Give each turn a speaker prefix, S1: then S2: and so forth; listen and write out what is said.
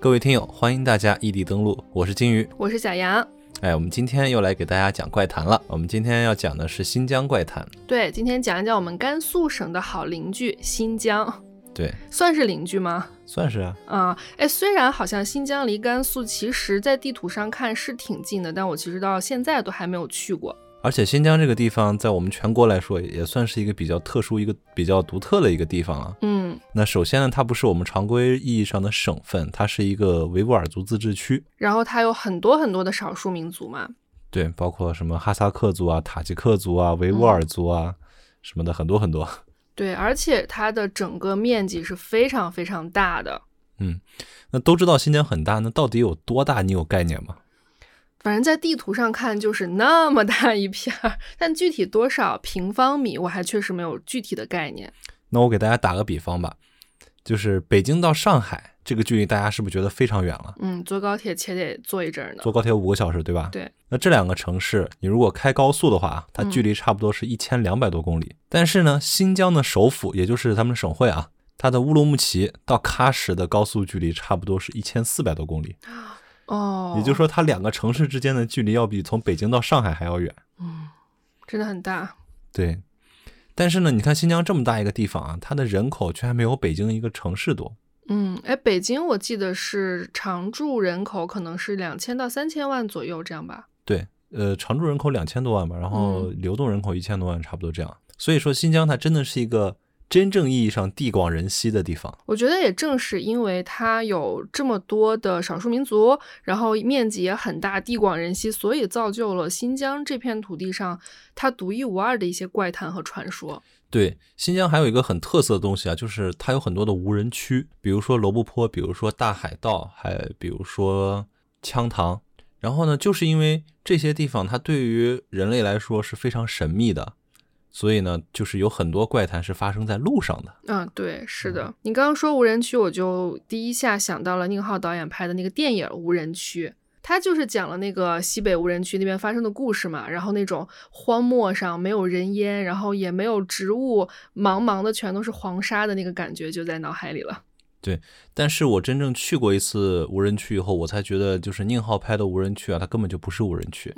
S1: 各位听友，欢迎大家异地登录，我是金鱼。
S2: 我是小杨。
S1: 哎，我们今天又来给大家讲怪谈了。我们今天要讲的是新疆怪谈，
S2: 对，今天讲一讲我们甘肃省的好邻居新疆，
S1: 对，
S2: 算是邻居吗？
S1: 算是啊，
S2: 啊、哎，虽然好像新疆离甘肃其实在地图上看是挺近的，但我其实到现在都还没有去过。
S1: 而且新疆这个地方，在我们全国来说，也算是一个比较特殊、一个比较独特的一个地方啊。
S2: 嗯，
S1: 那首先呢，它不是我们常规意义上的省份，它是一个维吾尔族自治区，
S2: 然后它有很多很多的少数民族嘛，
S1: 对，包括什么哈萨克族啊、塔吉克族啊、维吾尔族啊、什么的，很多很多。
S2: 对，而且它的整个面积是非常非常大的。
S1: 那都知道新疆很大，那到底有多大？你有概念吗？
S2: 反正，在地图上看就是那么大一片儿， 但具体多少平方米，我还确实没有具体的概念。
S1: 那我给大家打个比方吧，就是北京到上海这个距离，大家是不是觉得非常远了？
S2: 嗯，坐高铁且得坐一阵儿呢。
S1: 坐高铁五个小时，对吧？
S2: 对。
S1: 那这两个城市，你如果开高速的话，它
S2: 嗯
S1: 距离差不多是一千两百多公里。但是呢，新疆的首府，也就是他们省会啊，它的乌鲁木齐到喀什的高速距离差不多是一千四百多公里。
S2: 哦，
S1: 也就是说，它两个城市之间的距离要比从北京到上海还要远。
S2: 真的很大。
S1: 对。但是呢，你看新疆这么大一个地方啊，它的人口却还没有北京一个城市多。
S2: 嗯，哎，北京我记得是常住人口可能是两千到三千万左右这样吧。
S1: 对，呃，常住人口两千多万吧，然后流动人口一千多万，差不多这样。所以说，新疆它真的是一个真正意义上地广人稀的地方。
S2: 我觉得也正是因为它有这么多的少数民族，然后面积也很大，地广人稀，所以造就了新疆这片土地上它独一无二的一些怪谈和传说。
S1: 对，新疆还有一个很特色的东西啊，就是它有很多的无人区，比如说罗布泊，比如说大海道，还比如说羌塘。然后呢，就是因为这些地方它对于人类来说是非常神秘的，所以呢，就是有很多怪谈是发生在路上的。
S2: 嗯，对，是的。你刚刚说无人区，我就第一下想到了宁浩导演拍的那个电影《无人区》，他就是讲了那个西北无人区那边发生的故事嘛。然后那种荒漠上没有人烟，然后也没有植物，茫茫的全都是黄沙的那个感觉就在脑海里了。
S1: 但是我真正去过一次无人区以后，我才觉得就是宁浩拍的无人区啊，它根本就不是无人区，